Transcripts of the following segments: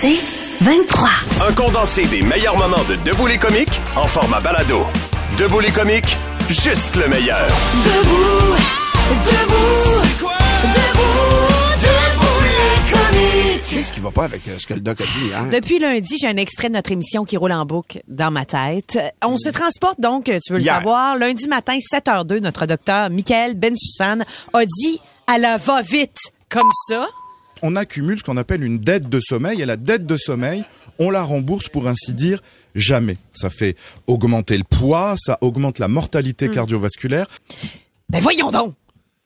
C'est 23. Un condensé des meilleurs moments de Debout les comiques en format balado. Debout les comiques, juste le meilleur. Debout, debout, debout, debout les comiques. Qu'est-ce qui va pas avec euh, ce que le doc a dit hier? Depuis lundi, j'ai un extrait de notre émission qui roule en boucle dans ma tête. Euh, On se transporte donc, euh, tu veux le Hier. savoir, lundi matin, 7h02, notre docteur Michael Bensussan a dit à la va-vite comme ça. on accumule ce qu'on appelle une dette de sommeil. Et la dette de sommeil, on la rembourse pour ainsi dire jamais. Ça fait augmenter le poids, ça augmente la Hmm. mortalité cardiovasculaire. Ben voyons donc!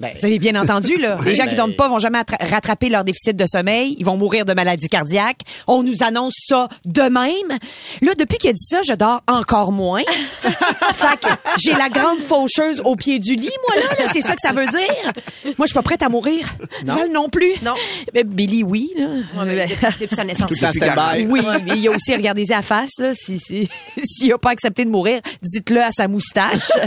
Vous avez bien entendu, là. Les gens qui dorment pas vont jamais attra- rattraper leur déficit de sommeil. Ils vont mourir de maladies cardiaques. On nous annonce ça de même. Là, depuis qu'il a dit ça, je dors encore moins. fait que j'ai la grande faucheuse au pied du lit, moi, là. là. C'est ça que ça veut dire. Moi, je suis pas prête à mourir. Non. Val non plus. Non. Mais Billy, oui, là. depuis, depuis sa naissance. Tout à Depuis fait. Carole. Oui, mais il a aussi regardé à face, là, si, si, s'il a pas accepté de mourir, dites-le à sa moustache.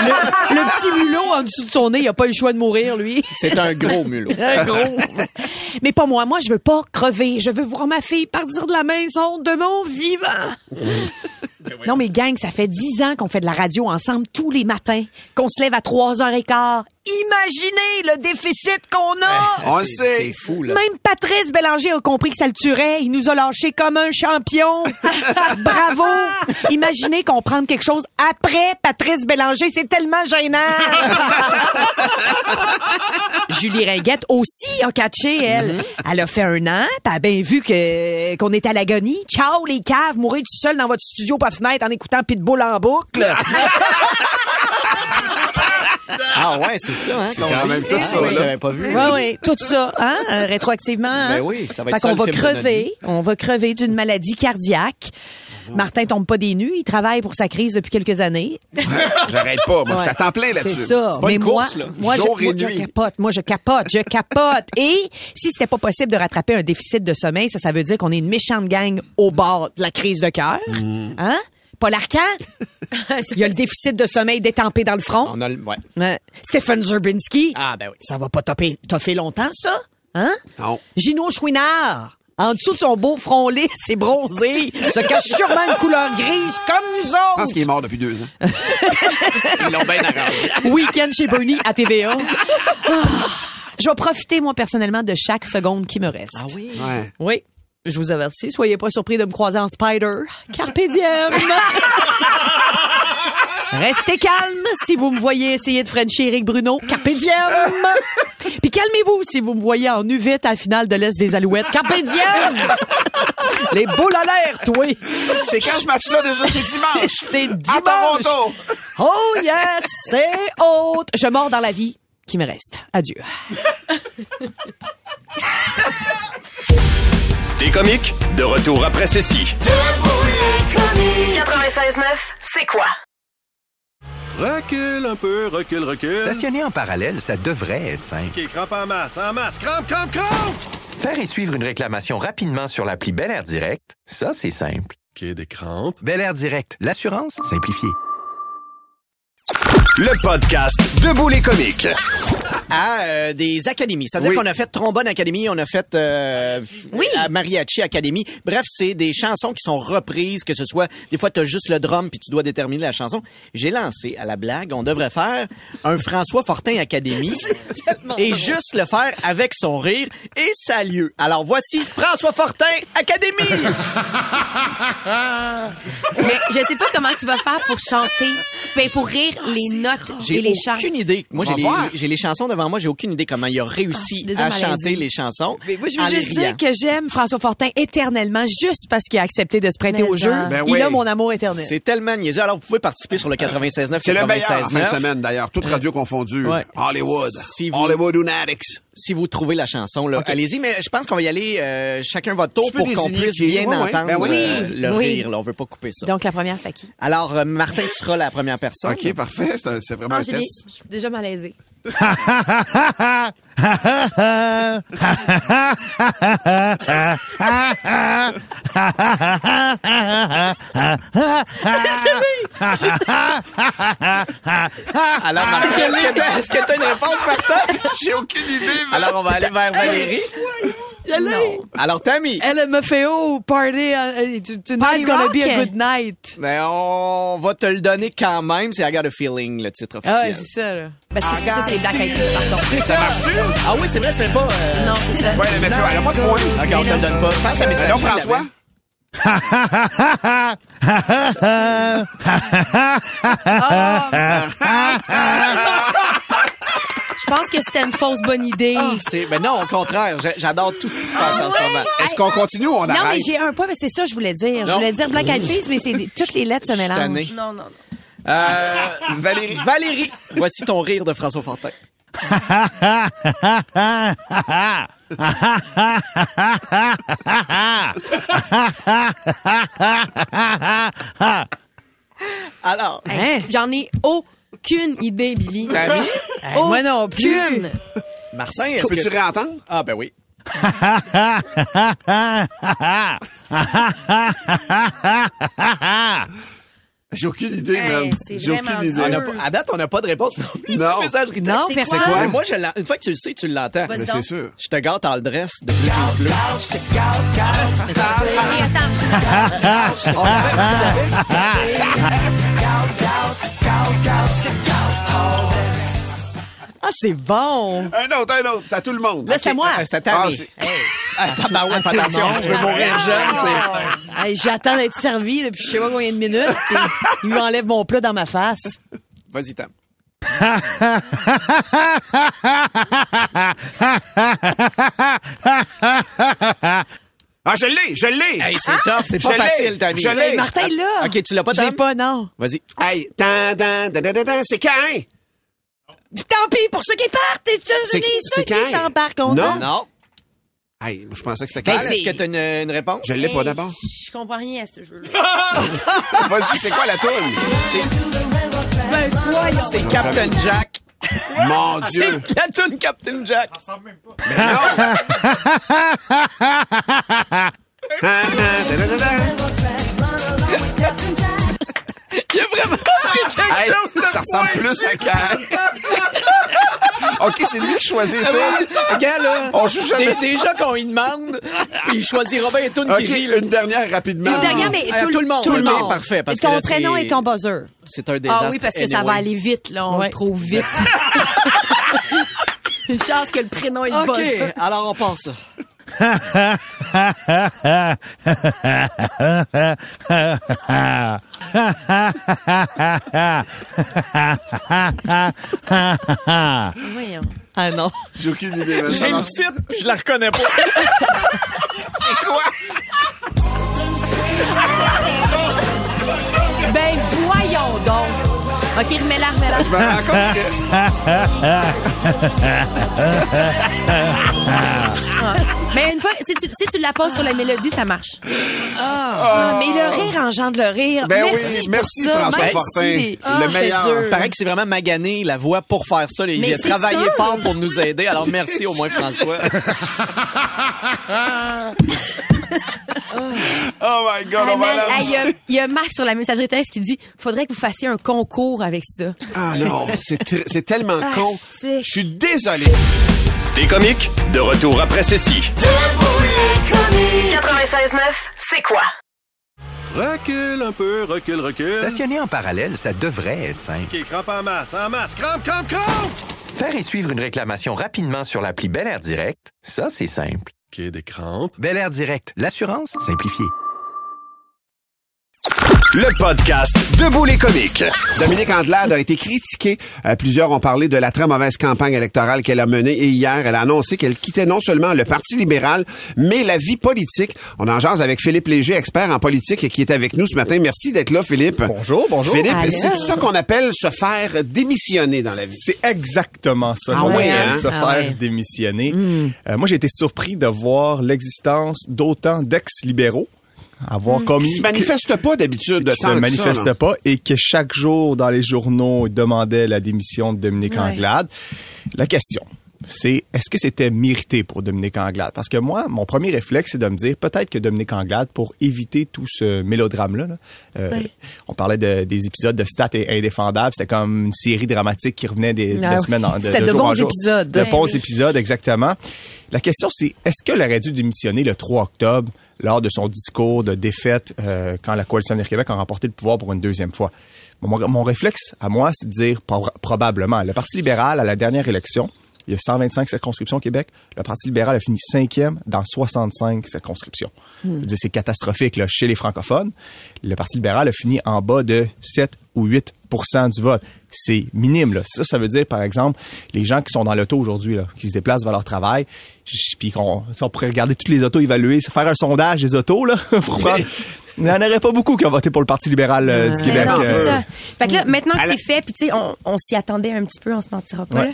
le, le petit mulot en dessous de son nez, il a pas eu le choix de mourir, lui. C'est un gros mulot. Un gros. Mais pas moi. Moi, je veux pas crever. Je veux voir ma fille partir de la maison de mon vivant. Ben Non, mais gang, ça fait dix ans qu'on fait de la radio ensemble tous les matins, qu'on se lève à 3h15. Imaginez le déficit qu'on a! On le C'est- sait. C'est fou, là. Même Patrice Bélanger a compris que ça le tuerait. Il nous a lâché comme un champion. Bravo! Imaginez qu'on prenne quelque chose après Patrice Bélanger. C'est tellement gênant! Julie Ringuette aussi a catché, elle. Mhm. Elle a fait un an, puis elle a bien vu que, qu'on était à l'agonie. Ciao, les caves, mourrez tout seul dans votre studio pas de fenêtre en écoutant Pitbull en boucle. Ah ouais, c'est ça, hein? C'est qu'on quand dit. même tout Ah ça, ouais, là. J'avais pas vu. Ouais, ouais, tout ça, hein, euh, rétroactivement. hein. Ben oui, ça va être Fait ça, qu'on le va film de notre vie. crever, on va crever d'une maladie cardiaque. Martin tombe pas des nues, il travaille pour sa crise depuis quelques années. J'arrête pas. Moi, je Ouais. t'attends plein C'est là-dessus. ça. pas Mais une moi, course, là. moi, je, Jour et moi, je nuit. capote, moi je capote, je capote. Et si c'était pas possible de rattraper un déficit de sommeil, ça, ça veut dire qu'on est une méchante gang au bord de la crise de cœur. Mm. Hein? Paul Arcand, il y a le déficit de sommeil détampé dans le front. On a le- ouais. Euh, Stephen Zerbinski. Ah, ben oui. Ça va pas topper, toffer longtemps, ça? Hein? Non. Gino Chouinard. En dessous de son beau front lisse et bronzé, se cache sûrement une couleur grise comme nous Je pense autres. qu'il est mort depuis deux ans. Ils l'ont bien arrangé. Week-end chez Bernie à TVA. Ah, je vais profiter, moi, personnellement, de chaque seconde qui me reste. Ah oui? Ouais. Oui. Je vous avertis, soyez pas surpris de me croiser en spider. Carpe diem! Restez calme si vous me voyez essayer de frencher Eric Bruno. Carpe diem! Puis calmez-vous si vous me voyez en uvite à la finale de l'Est des Alouettes. Carpe diem! Les boules à l'air, toi! C'est quand ce match-là déjà? C'est dimanche. C'est dimanche! À Toronto. Oh yes, c'est haute. Je mords dans la vie qui me reste. Adieu. T'es comique? De retour après ceci. Debout les comiques. 96.9, c'est quoi? Recule un peu, recule, recule. Stationner en parallèle, ça devrait être simple. OK, crampe en masse, en masse, crampe, crampe, crampe! Faire et suivre une réclamation rapidement sur l'appli Bel Air Direct, ça c'est simple. OK, des crampes. Bel Air Direct, l'assurance simplifiée. Le podcast Debout les comiques. À euh, des académies. C'est-à-dire Oui. qu'on a fait Trombone Academy, on a fait euh, Oui. la Mariachi Academy. Bref, c'est des chansons qui sont reprises, que ce soit... Des fois, t'as juste le drum, puis tu dois déterminer la chanson. J'ai lancé à la blague, on devrait faire un François Fortin Academy. et juste le faire avec son rire, et ça a lieu. Alors voici François Fortin Academy! Mais je sais pas comment tu vas faire pour chanter, ben pour rire les notes J'ai Ah, et les chants. aucune idée. Moi, j'ai On va voir. les, j'ai les chansons devant devant moi, j'ai aucune idée comment il Ah, a réussi désolée, à chanter malaisée. les chansons. Mais moi, je veux en les juste riant. dire que j'aime François Fortin éternellement juste parce qu'il a accepté de se prêter Mais au ça. jeu. Ben Il oui. a mon amour éternel. C'est tellement niaiseux. Alors, vous pouvez participer sur le 96.9. C'est le meilleur en 96.9. fin de semaine, d'ailleurs. Toute radio confondue. Ouais. Hollywood. Si vous- Hollywood Unatics. Si vous trouvez la chanson, là, allez-y. Mais je pense qu'on va y aller euh, chacun votre tour Tu peux pour qu'on désigner puisse qui- bien ouais, ouais. entendre Ben oui. euh, Oui, le oui. rire. Là. On veut pas couper ça. Donc, la première, c'est à qui? Alors, euh, Martin, tu seras la première personne. OK, parfait. C'est un- C'est vraiment un j'ai des- test. je suis déjà malaisée. Alors, Martin, est-ce que t'as- est-ce que t'as une réponse, Martin? J'ai aucune idée, Alors, on va aller vers Valérie. Alors, Tammy. Elle me fait au party. uh, uh, Tonight it's gonna be a good night. Mais ben, on va te le donner quand même. C'est I Got a Feeling, le titre Ah, officiel. ouais, c'est ça, là. Parce que ça, c'est les Black Eyed Peas, pardon. Ça marche-tu? Ah oui, c'est vrai, c'est pas. euh, Non, c'est ça. Ouais, mais Non, elle a pas de point. Ok, on te le donne pas. Pense à mes Euh, amis, non, la François? veille. Je pense que c'était une fausse bonne idée. Ah, Ah, C'est- Mais non, au contraire, j'a- j'adore tout ce qui se passe en ce Ah moment. Est-ce qu'on continue ou on non, mais arrête? j'ai un point, mais c'est ça que je voulais dire. Je Non. voulais dire Black Eyed Peas, mais c'est des- toutes les lettres se tannée. mélangent. Non, non, non. Euh, Valérie. Valérie, voici ton rire de François Fortin. Alors, Hey, J'en ai aucune idée, Billy. Tammy, Aucune. moi non plus. Martin, est-ce Peux-tu que... réentendre? Ah ben oui. J'ai aucune idée, Hey, man. c'est J'ai aucune vraiment idée. On a pas- Ah, à date, on n'a pas de réponse. Non. message ridicule. Non, C'est personne. quoi? Mais moi, je l'en- une fois que tu le sais, tu l'entends. Vas-y Mais donc. c'est sûr. Je te gâte en le dress de Blue Jeans Bleu. Hey, attends. Ah, c'est bon! Ah, Un autre, un autre. Oh, T'as tout le monde. Là, c'est à moi. Euh, Ah, C'est à Ah, Tammy. c'est- Ah, tabarouette, attention, tu veux Ah, Ah, mourir jeune, tu sais. Hey, J'attends d'être servi depuis je sais pas combien de minutes. puis il lui enlève mon plat dans ma face. Vas-y, Tam. Ah, je l'ai, je l'ai. Hey, c'est tough, c'est pas Je l'ai, facile, Tammy. je Ah, l'ai. Ah. Hey, Martin, là! Ok, tu l'as pas, Je l'ai Tam? pas, non. Vas-y. Hey, tan, tan, dan, dan, dan, dan, c'est Cain. Tant pis pour ceux qui partent et ceux, C'est- ceux c'est qui quand? s'embarquent. on Non. rentre. Non. Hey, je pensais que c'était Val, Cain. Est-ce que t'as une, une réponse? Je l'ai pas Hey, d'abord. Je comprends rien à ce jeu-là. Ben, Vas-y, c'est quoi la toune? Ben, C'est Captain Jack. Mon Dieu. C'est la tune Captain Jack. Ah, ah, dan, dan, dan, dan. Il y a vraiment quelque Hey, chose de ça ressemble pointu. plus à Cain. OK, c'est lui qui choisit les Ah tunes. oui, Regarde, là. On joue jamais Dé- ça. Déjà qu'on lui demande, il choisit Robin et Toon OK, qui rit, là. une dernière rapidement. Une dernière, mais Ah, tout, tout le monde, Tout le ok, monde. parfait, parce Et ton que là, prénom c'est- et ton buzzer. C'est un désastre. Ah oui, parce que ça va anyway. aller vite, là. On Ouais. le trouve vite. Une chance que le prénom est le boss. OK, alors on passe. ça. Voyons. Ah non. J'ai aucune idée. man. Ça J'ai le marche. titre, puis je la reconnais pas. Ben voyons donc. OK, remets-la, remets-la. Je me rends compte que... Ah. Mais une fois, si tu, si tu la poses sur la mélodie, ça marche. Ah, mais le rire engendre le rire. Ben merci oui, pour merci ça, François merci. Fortin, Ah, le c'était meilleur. dur. Paraît que c'est vraiment magané, la voix, pour faire ça. là. Il Mais a c'est travaillé ça. fort pour nous aider. Alors merci au moins, François. Oh my God, on va Ramel, hey, aller... Il y, a- il y a Marc sur la messagerie texte qui dit faudrait que vous fassiez un concours avec ça. Ah non, c'est tr- c'est tellement con. Ah, c'est- Je suis désolé. Des comiques, de retour après ceci. Debout les comiques. 96.9, c'est quoi? Recule un peu, recule, recule. Stationner en parallèle, ça devrait être simple. OK, crampe en masse, en masse, crampe, crampe, crampe! Faire et suivre une réclamation rapidement sur l'appli Bel Air Direct, ça c'est simple. OK, des crampes. Bel Air Direct, l'assurance simplifiée. Le podcast Debout les comiques. Dominique Andelade a été critiquée. Euh, plusieurs ont parlé de la très mauvaise campagne électorale qu'elle a menée et hier, elle a annoncé qu'elle quittait non seulement le Parti libéral, mais la vie politique. On en jase avec Philippe Léger, expert en politique, qui est avec nous ce matin. Merci d'être là, Philippe. Bonjour, bonjour. Philippe, Allô. c'est ça qu'on appelle se faire démissionner dans la vie. C'est exactement ça. Ah qu'on ouais, appelle hein? Se Ah faire ouais. Hmm. démissionner. Euh, moi, j'ai été surpris de voir l'existence d'autant d'ex-libéraux avoir Mm. commis... Qui se manifestent pas d'habitude. Qui tant se que ça, manifestent non? pas et que chaque jour, dans les journaux, ils demandaient la démission de Dominique Ouais. Anglade. La question, c'est est-ce que c'était mérité pour Dominique Anglade? Parce que moi, mon premier réflexe, c'est de me dire peut-être que Dominique Anglade, pour éviter tout ce mélodrame-là, là, euh, Ouais. on parlait de- des épisodes de Stat et Indéfendables, c'était comme une série dramatique qui revenait des, Ah de oui. semaine en- de, C'était de de jour bons en jour. épisodes. De Ouais, bons oui. épisodes, exactement. La question, c'est est-ce qu'elle aurait dû démissionner le 3 octobre lors de son discours de défaite euh, quand la coalition du Québec a remporté le pouvoir pour une deuxième fois? Bon, Mon, mon réflexe à moi, c'est de dire pro- probablement. Le Parti libéral, à la dernière élection, il y a 125 circonscriptions au Québec. Le Parti libéral a fini cinquième dans 65 circonscriptions. Hmm. Je veux dire, C'est catastrophique là, chez les francophones. Le Parti libéral a fini en bas de 7 ou 8 du vote. C'est minime. Là. Ça, ça veut dire, par exemple, les gens qui sont dans l'auto aujourd'hui, là, qui se déplacent vers leur travail, j- puis qu'on si on pourrait regarder toutes les autos évaluées, faire un sondage des autos, là, pour prendre- Il n'y en aurait pas beaucoup qui ont voté pour le Parti libéral euh, du Mais Québec. Ah, non, c'est euh. ça. Fait que là, maintenant que À la- c'est fait, puis tu sais, on, on s'y attendait un petit peu, on se mentira pas, Ouais. là.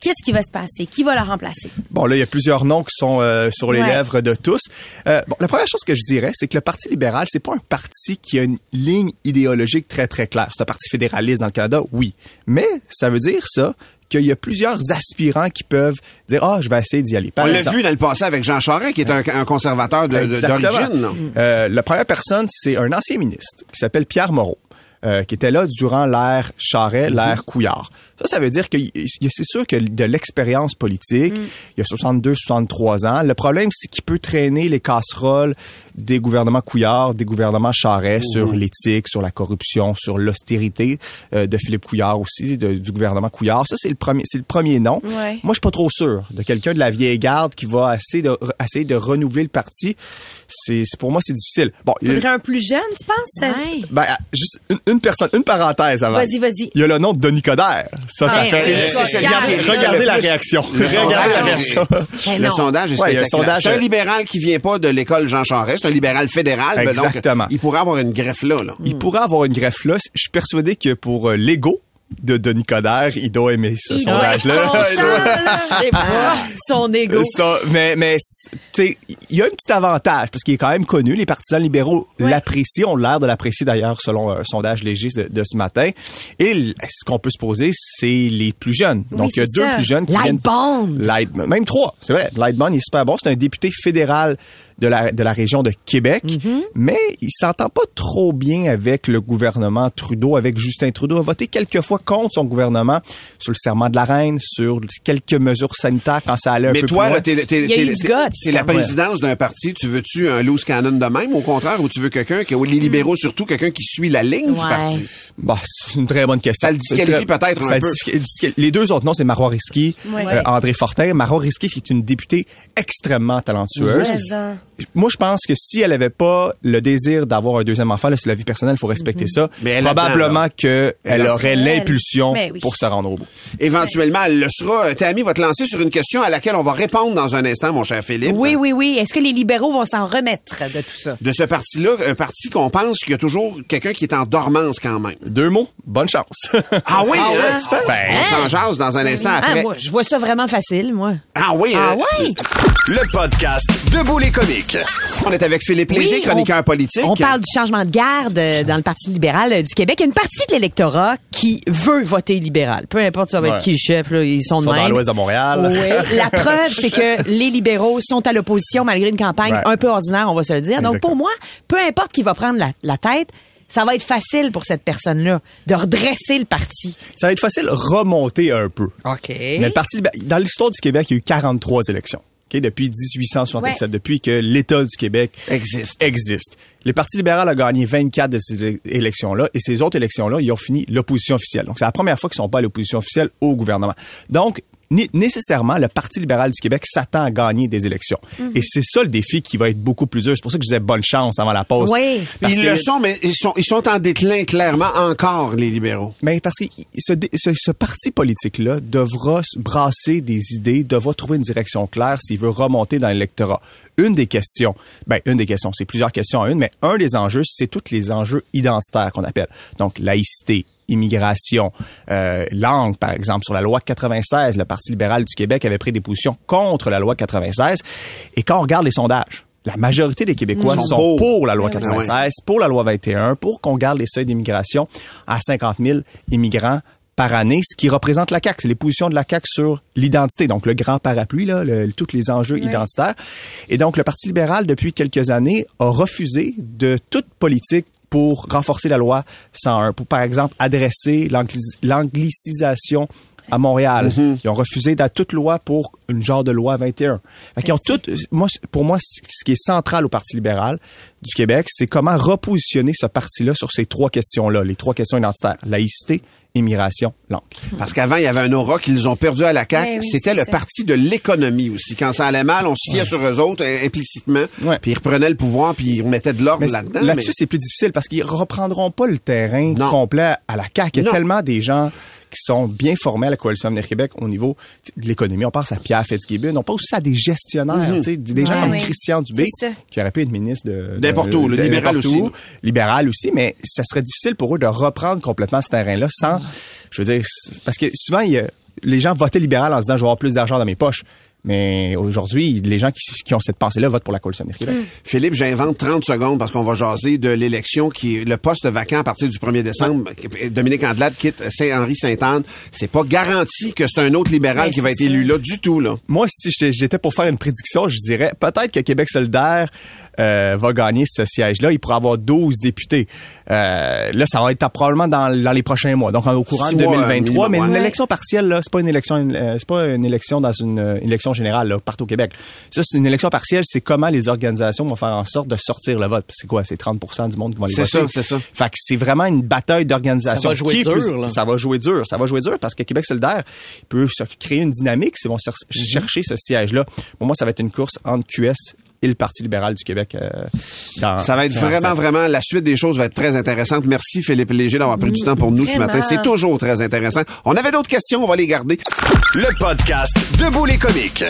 Qu'est-ce qui va se passer? Qui va la remplacer? Bon, là, il y a plusieurs noms qui sont euh, sur les Ouais. lèvres de tous. Euh, bon, la première chose que je dirais, c'est que le Parti libéral, c'est pas un parti qui a une ligne idéologique très, très claire. C'est un parti fédéraliste dans le Canada, oui. Mais ça veut dire, ça, qu'il y a plusieurs aspirants qui peuvent dire « Ah, je vais essayer d'y aller. » Par On l'a exemple. vu dans le passé avec Jean Charest, qui est un, un conservateur de- de- Exactement. d'origine. non? Euh, la première personne, c'est un ancien ministre qui s'appelle Pierre Moreau. euh, qui était là durant l'ère Charret, l'ère Couillard. Ça, ça veut dire que y- y- c'est sûr que de l'expérience politique, il y a 62, 63 ans. Le problème, c'est qu'il peut traîner les casseroles des gouvernements Couillard, des gouvernements Charret sur l'éthique, sur la corruption, sur l'austérité euh, de Philippe Couillard aussi, de- du gouvernement Couillard. Ça, c'est le premier, c'est le premier nom. Ouais. Moi, je suis pas trop sûr de quelqu'un de la vieille garde qui va essayer de, essayer de renouveler le parti. C'est c'est- pour moi, c'est difficile. Bon, il y a- Faudrait un plus jeune, tu penses? ben, ah, juste une, une personne, une parenthèse avant. Vas-y, vas-y. Il y a le nom de Denis Coderre. Ça, ça Ouais, fait. c'est- c'est celui regardez qui- regardez la le plus- réaction. Le regardez la sondage. réaction. Ben Le sondage est Ouais, il y a un spectaculaire. sondage, C'est un euh, libéral qui vient pas de l'école Jean Charest, c'est un libéral fédéral. ben donc, Exactement. il pourrait avoir une greffe là. là. Il pourrait avoir une greffe là. Je suis persuadé que pour euh, l'ego de Denis Coderre, il doit aimer ce Il doit être sondage-là. content, Il doit- là. Je sais pas, son ego. Ça, mais mais c'est- tu sais, il y a un petit avantage parce qu'il est quand même connu. Les partisans libéraux l'apprécient, ont l'air de l'apprécier d'ailleurs selon un sondage léger de, de ce matin. Et l- ce qu'on peut se poser, c'est les plus jeunes. Oui, Donc il y a c'est deux ça. plus jeunes qui viennent. Light- même trois, c'est vrai. Lightbond, il est super bon. C'est un député fédéral de la, de la région de Québec, mais il s'entend pas trop bien avec le gouvernement Trudeau, avec Justin Trudeau. Il a voté quelques fois contre son gouvernement sur le serment de la reine, sur quelques mesures sanitaires quand ça allait un Mais peu toi, plus là, loin. t'es, t'es- t'es- t'es- t'es la présidence d'un parti. Tu veux-tu un loose cannon de même, au contraire, ou tu veux quelqu'un, que, ou les libéraux Mm. surtout, quelqu'un qui suit la ligne du Ouais. parti? Bah, c'est une très bonne question. Ça le disqualifie C'est très- peut-être un ça peu. disqu- disqu- Les deux autres noms, c'est Marois Risky, Ouais. euh, André Fortin. Marois Risky, qui est une députée extrêmement talentueuse. Raison. Moi, je pense que si elle avait pas le désir d'avoir un deuxième enfant, là, c'est la vie personnelle, il faut respecter Mm-hmm. ça. elle probablement attend, qu'elle Elle attend. aurait l'impulsion Mais Ben oui. pour se rendre au bout. Éventuellement, elle le sera. Euh, Tammy va te lancer sur une question à laquelle on va répondre dans un instant, mon cher Philippe. Oui, oui, oui. Est-ce que les libéraux vont s'en remettre de tout ça? De ce parti-là, un parti qu'on pense qu'il y a toujours quelqu'un qui est en dormance quand même. Deux mots, bonne chance. Ah oui, Ah hein? ouais, tu penses? Ben, Hein? on s'en jase dans un instant Ah, après. moi, je vois ça vraiment facile, moi. Ah oui, Ah hein? Euh, ouais? Le podcast Debout les comiques. On est avec Philippe Oui, Léger, chroniqueur on- politique. On parle du changement de garde euh, dans le Parti libéral euh, du Québec. Il y a une partie de l'électorat qui veut voter libéral. Peu importe ça va Ouais. être qui le chef, là, ils sont Ils de sont même. dans l'ouest de Montréal. Oui. La preuve, c'est que les libéraux sont à l'opposition malgré une campagne Ouais. un peu ordinaire, on va se le dire. Donc Exactement. pour moi, peu importe qui va prendre la, la tête, ça va être facile pour cette personne-là de redresser le parti. Ça va être facile de remonter un peu. OK. Mais le Parti libéral- dans l'histoire du Québec, il y a eu 43 élections. OK, depuis 1867, Ouais. depuis que l'État du Québec existe. existe. Le Parti libéral a gagné 24 de ces éle- élections-là et ces autres élections-là, ils ont fini l'opposition officielle. Donc, c'est la première fois qu'ils sont pas à l'opposition officielle au gouvernement. Donc, ni- nécessairement, le Parti libéral du Québec s'attend à gagner des élections. Mhm. Et c'est ça le défi qui va être beaucoup plus dur. C'est pour ça que je disais bonne chance avant la pause. Parce Ils que- le sont, mais ils sont, ils sont en déclin clairement encore, les libéraux. Mais parce que ce, dé- ce- ce parti politique-là devra s- brasser des idées, devra trouver une direction claire s'il veut remonter dans l'électorat. Une des questions, ben une des questions, c'est plusieurs questions à une, mais un des enjeux, c'est tous les enjeux identitaires qu'on appelle. Donc laïcité, immigration, euh, langue, par exemple, sur la loi 96, le Parti libéral du Québec avait pris des positions contre la loi 96. Et quand on regarde les sondages, la majorité des Québécois Ils sont sont, pour. pour la loi Ah oui. 96. 2016, pour la loi 21, pour qu'on garde les seuils d'immigration à 50 000 immigrants par année, ce qui représente la CAQ. C'est les positions de la CAQ sur l'identité, donc le grand parapluie, là, le- tous les enjeux Ouais. identitaires. Et donc, le Parti libéral, depuis quelques années, a refusé de toute politique pour renforcer la loi 101, pour, par exemple, adresser l'angli- l'anglicisation à Montréal. Ils ont refusé d'à toute loi pour une genre de loi 21. Fait qu'ils ont toutes- moi, c- pour moi, c- ce qui est central au Parti libéral du Québec, c'est comment repositionner ce parti-là sur ces trois questions-là, les trois questions identitaires, laïcité, immigration, langue. Parce qu'avant, il y avait un aura qu'ils ont perdu à la CAQ. Ouais, Ben oui, C'était c'est le ça. parti de l'économie aussi. Quand ça allait mal, on se fiait sur eux autres euh, implicitement. Puis ils reprenaient le pouvoir, puis ils remettaient de l'ordre Mais là-dedans. Là-dessus, mais- c'est plus difficile parce qu'ils reprendront pas le terrain complet à la CAQ. Il y a Non. tellement des gens qui sont bien formés à la Coalition Avenir Québec au niveau de l'économie. On pense à Pierre Fitzgibbon, on pense aussi à des gestionnaires, Mhm. tu sais, des gens Ouais, comme ouais. Christian Dubé, C'est ça. qui aurait pu être ministre de... de- N'importe où, le de- libéral n'importe où, aussi. libéral aussi, mais ça serait difficile pour eux de reprendre complètement ce terrain-là sans... Je veux dire, c'est- parce que souvent, il y a- les gens votaient libéral en se disant « je vais avoir plus d'argent dans mes poches ». Mais aujourd'hui, les gens qui, qui ont cette pensée-là votent pour la Coalition Avenir Québec. Hmm. Philippe, j'invente 30 secondes parce qu'on va jaser de l'élection qui est le poste vacant à partir du 1er décembre. euh, Dominique Andelade quitte Saint-Henri-Sainte-Anne. C'est pas garanti que c'est un autre libéral Mais qui va Ben, c'est être ça. élu là du tout, là. Moi, si j'étais- j'étais pour faire une prédiction, je dirais peut-être que Québec solidaire euh, va gagner ce siège-là. Il pourrait avoir 12 députés. Euh, là, ça va être probablement dans, dans les prochains mois, donc au courant Six de mois, 2023. minimum, mais ouais. une élection partielle, là, c'est pas une élection, euh, c'est pas une élection dans une euh, élection générale là, partout au Québec. Ça, c'est une élection partielle. C'est comment les organisations vont faire en sorte de sortir le vote. Puis C'est quoi C'est 30% du monde qui va aller C'est voter. ça, c'est ça. Fait que c'est vraiment une bataille d'organisation. Ça va jouer Qui est dur, plus- là. Ça va jouer dur. Ça va jouer dur parce que Québec solidaire il peut se créer une dynamique s'ils vont cer- Mhm. chercher ce siège-là. Pour moi, ça va être une course entre QS et le Parti libéral du Québec. euh, dans- Ah, Ça va être dans- vraiment, vraiment, la suite des choses va être très intéressante. Merci Philippe Léger d'avoir pris du temps pour nous ce Vraiment. matin. C'est toujours très intéressant. On avait d'autres questions, on va les garder. Le podcast Debout les comiques.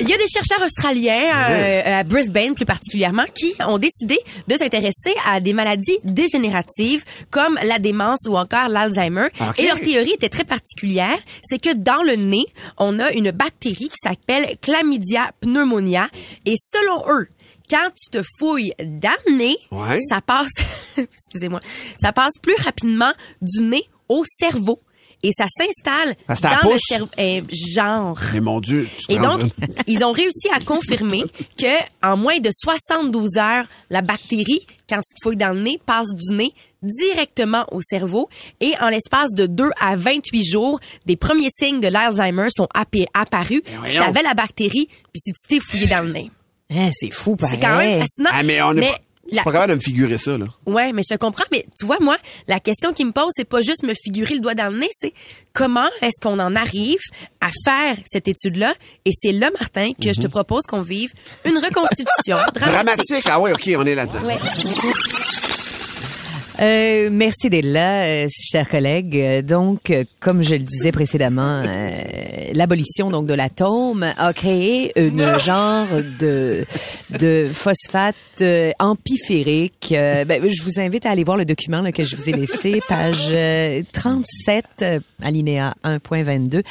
Il y a des chercheurs australiens euh, à Brisbane plus particulièrement qui ont décidé de s'intéresser à des maladies dégénératives comme la démence ou encore l'Alzheimer. Ok. Et leur théorie était très particulière, c'est que dans le nez, on a une bactérie qui s'appelle Chlamydia pneumonia et selon eux, quand tu te fouilles dans le nez, Ouais. ça passe excusez-moi, ça passe plus rapidement du nez au cerveau et ça s'installe Parce que t'as la dans le pousse. cerveau Eh, genre Mais mon Dieu, tu te et rends- donc, ils ont réussi à confirmer que en moins de 72 heures, la bactérie, quand tu te fouilles dans le nez, passe du nez directement au cerveau et en l'espace de 2 à 28 jours, des premiers signes de l'Alzheimer sont appa- apparus. Si Ben voyons. t'avais la bactérie, puis si tu t'es fouillé dans le nez. Hein, c'est fou, C'est quand même fascinant. Ah, mais on est Mais pas, je suis la- pas capable de me figurer ça, là. Ouais, mais je te comprends, mais tu vois, moi, la question qui me pose, c'est pas juste me figurer le doigt dans le nez, c'est comment est-ce qu'on en arrive à faire cette étude-là? Et c'est là, Martin, que je te propose qu'on vive une reconstitution dramatique. Dramatique. Ah ouais, OK, on est là-dedans. Euh, merci d'être là, euh, chers collègues. Euh, Donc, euh, comme je le disais précédemment, euh, l'abolition donc de l'atome a créé une genre de de phosphate euh, amphiphérique. Euh, ben, je vous invite à aller voir le document là, que je vous ai laissé, page euh, 37, euh, alinéa 1.22.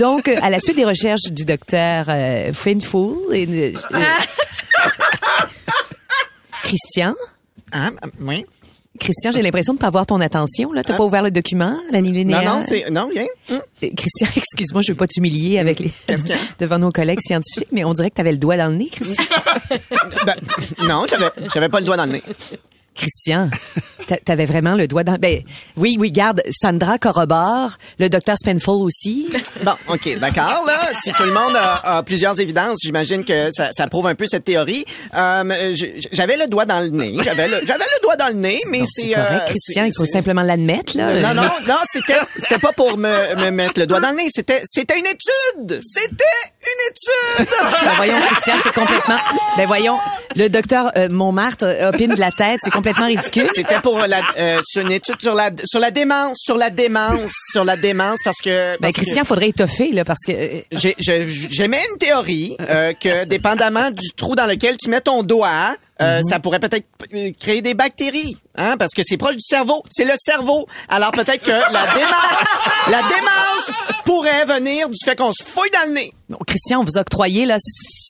Donc, euh, à la suite des recherches du docteur euh, Finful et de- euh, Christian. Ah, oui. Christian, j'ai l'impression de pas avoir ton attention. Ah. Là, t'as pas ouvert le document, l'anilinéa. Non, non, c'est. Non, rien. Hum, Euh, Christian, excuse-moi, je veux pas t'humilier avec les devant nos collègues scientifiques, mais on dirait que t'avais le doigt dans le nez, Christian. Ben, non, j'avais, j'avais pas le doigt dans le nez. Christian, t'a- t'avais vraiment le doigt dans. Ben oui, oui, garde. Sandra corrobore, le docteur Spenful aussi. Bon, OK, d'accord. Là, si tout le monde a, a plusieurs évidences, j'imagine que ça, ça prouve un peu cette théorie. Euh, j- j'avais le doigt dans le nez. J'avais le, j'avais le doigt dans le nez, mais c'est... C'est correct, euh, Christian. Il c'est- faut simplement l'admettre là. non, non, non, c'était, c'était pas pour me, me mettre le doigt dans le nez. C'était, c'était une étude. C'était une étude. Ben voyons, Christian, c'est complètement. Ben voyons, le docteur euh, Montmartre opine de la tête, c'est complètement ridicule. C'était pour la, euh, sur une étude sur la, sur la démence, sur la démence, sur la démence, parce que. Ben parce Christian, que- faudrait étoffer là parce que. euh, J'ai- je- j'aimais une théorie euh, que dépendamment du trou dans lequel tu mets ton doigt, Mhm. euh, ça pourrait peut-être euh, créer des bactéries, hein, parce que c'est proche du cerveau, c'est le cerveau. Alors peut-être que la démence, la démence pourrait venir du fait qu'on se fouille dans le nez. Bon, Christian, on vous a octroyé là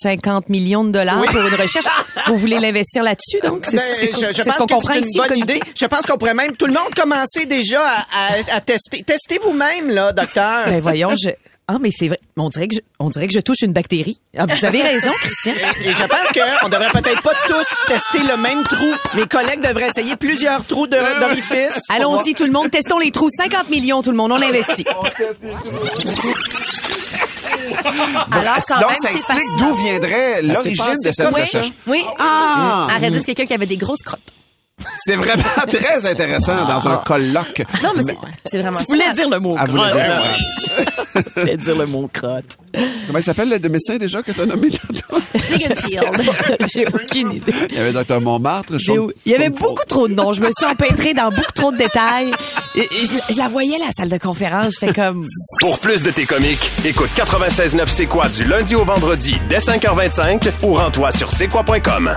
50 millions de dollars Oui. Ah! pour une recherche. Vous voulez l'investir là-dessus donc C'est Ben, c'est ce qu'on je, je c'est ce pense qu'on que comprend c'est une ici, bonne comme- idée. Je pense qu'on pourrait même tout le monde commencer déjà à, à- à tester. Testez vous-même là, docteur. Ben voyons, je ah mais c'est vrai, on dirait que je, on dirait que je touche une bactérie. Ah, vous avez raison, Christian. Et je pense qu'on devrait peut-être pas tous tester le même trou. Mes collègues devraient essayer plusieurs trous de- d'orifice. pour voir- Allons-y tout le monde, testons les trous. 50 millions tout le monde, on investit. Ah, Alors, quand Donc, même, ça c'est explique fascinant. d'où viendrait Ça l'origine s'est de passé cette comme recherche. ça. Oui. Ah. Arrête de dire quelqu'un qui avait des grosses crottes. C'est vraiment très intéressant dans un colloque. Ah. Non, mais c'est- c'est vraiment Tu voulais dire le mot Ah, vous crotte. voulez dire, là. ouais. Tu voulais dire le mot crotte. Comment il s'appelle le médecin déjà que tu as nommé tantôt? J'ai aucune idée. Il y avait Dr. Montmartre. J'ai- Il y avait beaucoup trop de noms. Je me suis empêtrée dans beaucoup trop de détails. Et- et Je, je la voyais, la salle de conférence. J'étais comme. Pour plus de tes comiques, écoute 96.9 C'est quoi du lundi au vendredi dès 5h25 ou rends-toi sur c'est quoi.com.